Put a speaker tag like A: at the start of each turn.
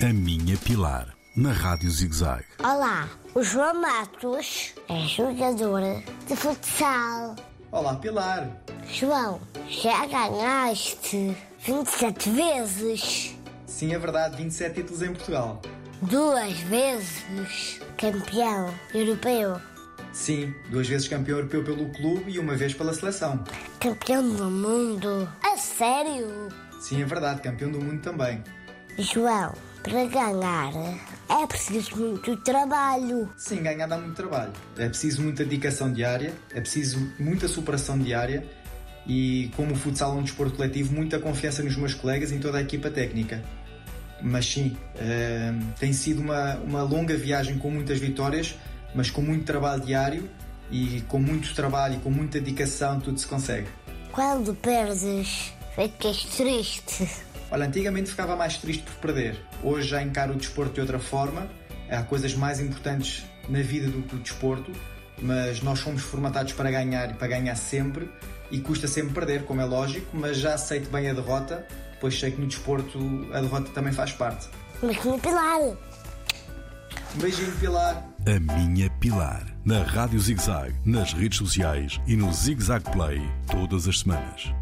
A: A Minha Pilar, na Rádio ZigZag.
B: Olá, o João Matos é jogador de futsal.
C: Olá, Pilar.
B: João, já ganhaste 27 vezes,
C: Sim, é verdade, 27 títulos em Portugal.
B: duas vezes campeão europeu,
C: Sim, duas vezes campeão europeu pelo clube e uma vez pela seleção.
B: campeão do mundo. A sério?
C: Sim, é verdade, campeão do mundo também.
B: João, para ganhar é preciso muito trabalho.
C: Sim, ganhar dá muito trabalho. É preciso muita dedicação diária, é preciso muita superação diária e, como o futsal é um desporto coletivo, muita confiança nos meus colegas e em toda a equipa técnica. Mas sim, eh, tem sido uma, uma longa viagem com muitas vitórias, mas com muito trabalho diário e com muito trabalho e com muita dedicação tudo se consegue.
B: Quando perdes, ficas triste.
C: Olha, antigamente ficava mais triste por perder. Hoje já encaro o desporto de outra forma. Há coisas mais importantes na vida do que o desporto, mas nós somos formatados para ganhar e para ganhar sempre. E custa sempre perder, como é lógico, mas já aceito bem a derrota, pois sei que no desporto a derrota também faz parte.
B: Mas que me pilar.
C: Um beijinho, Pilar!
A: A Minha Pilar, na Rádio ZigZag, nas redes sociais e no ZigZag Play, todas as semanas.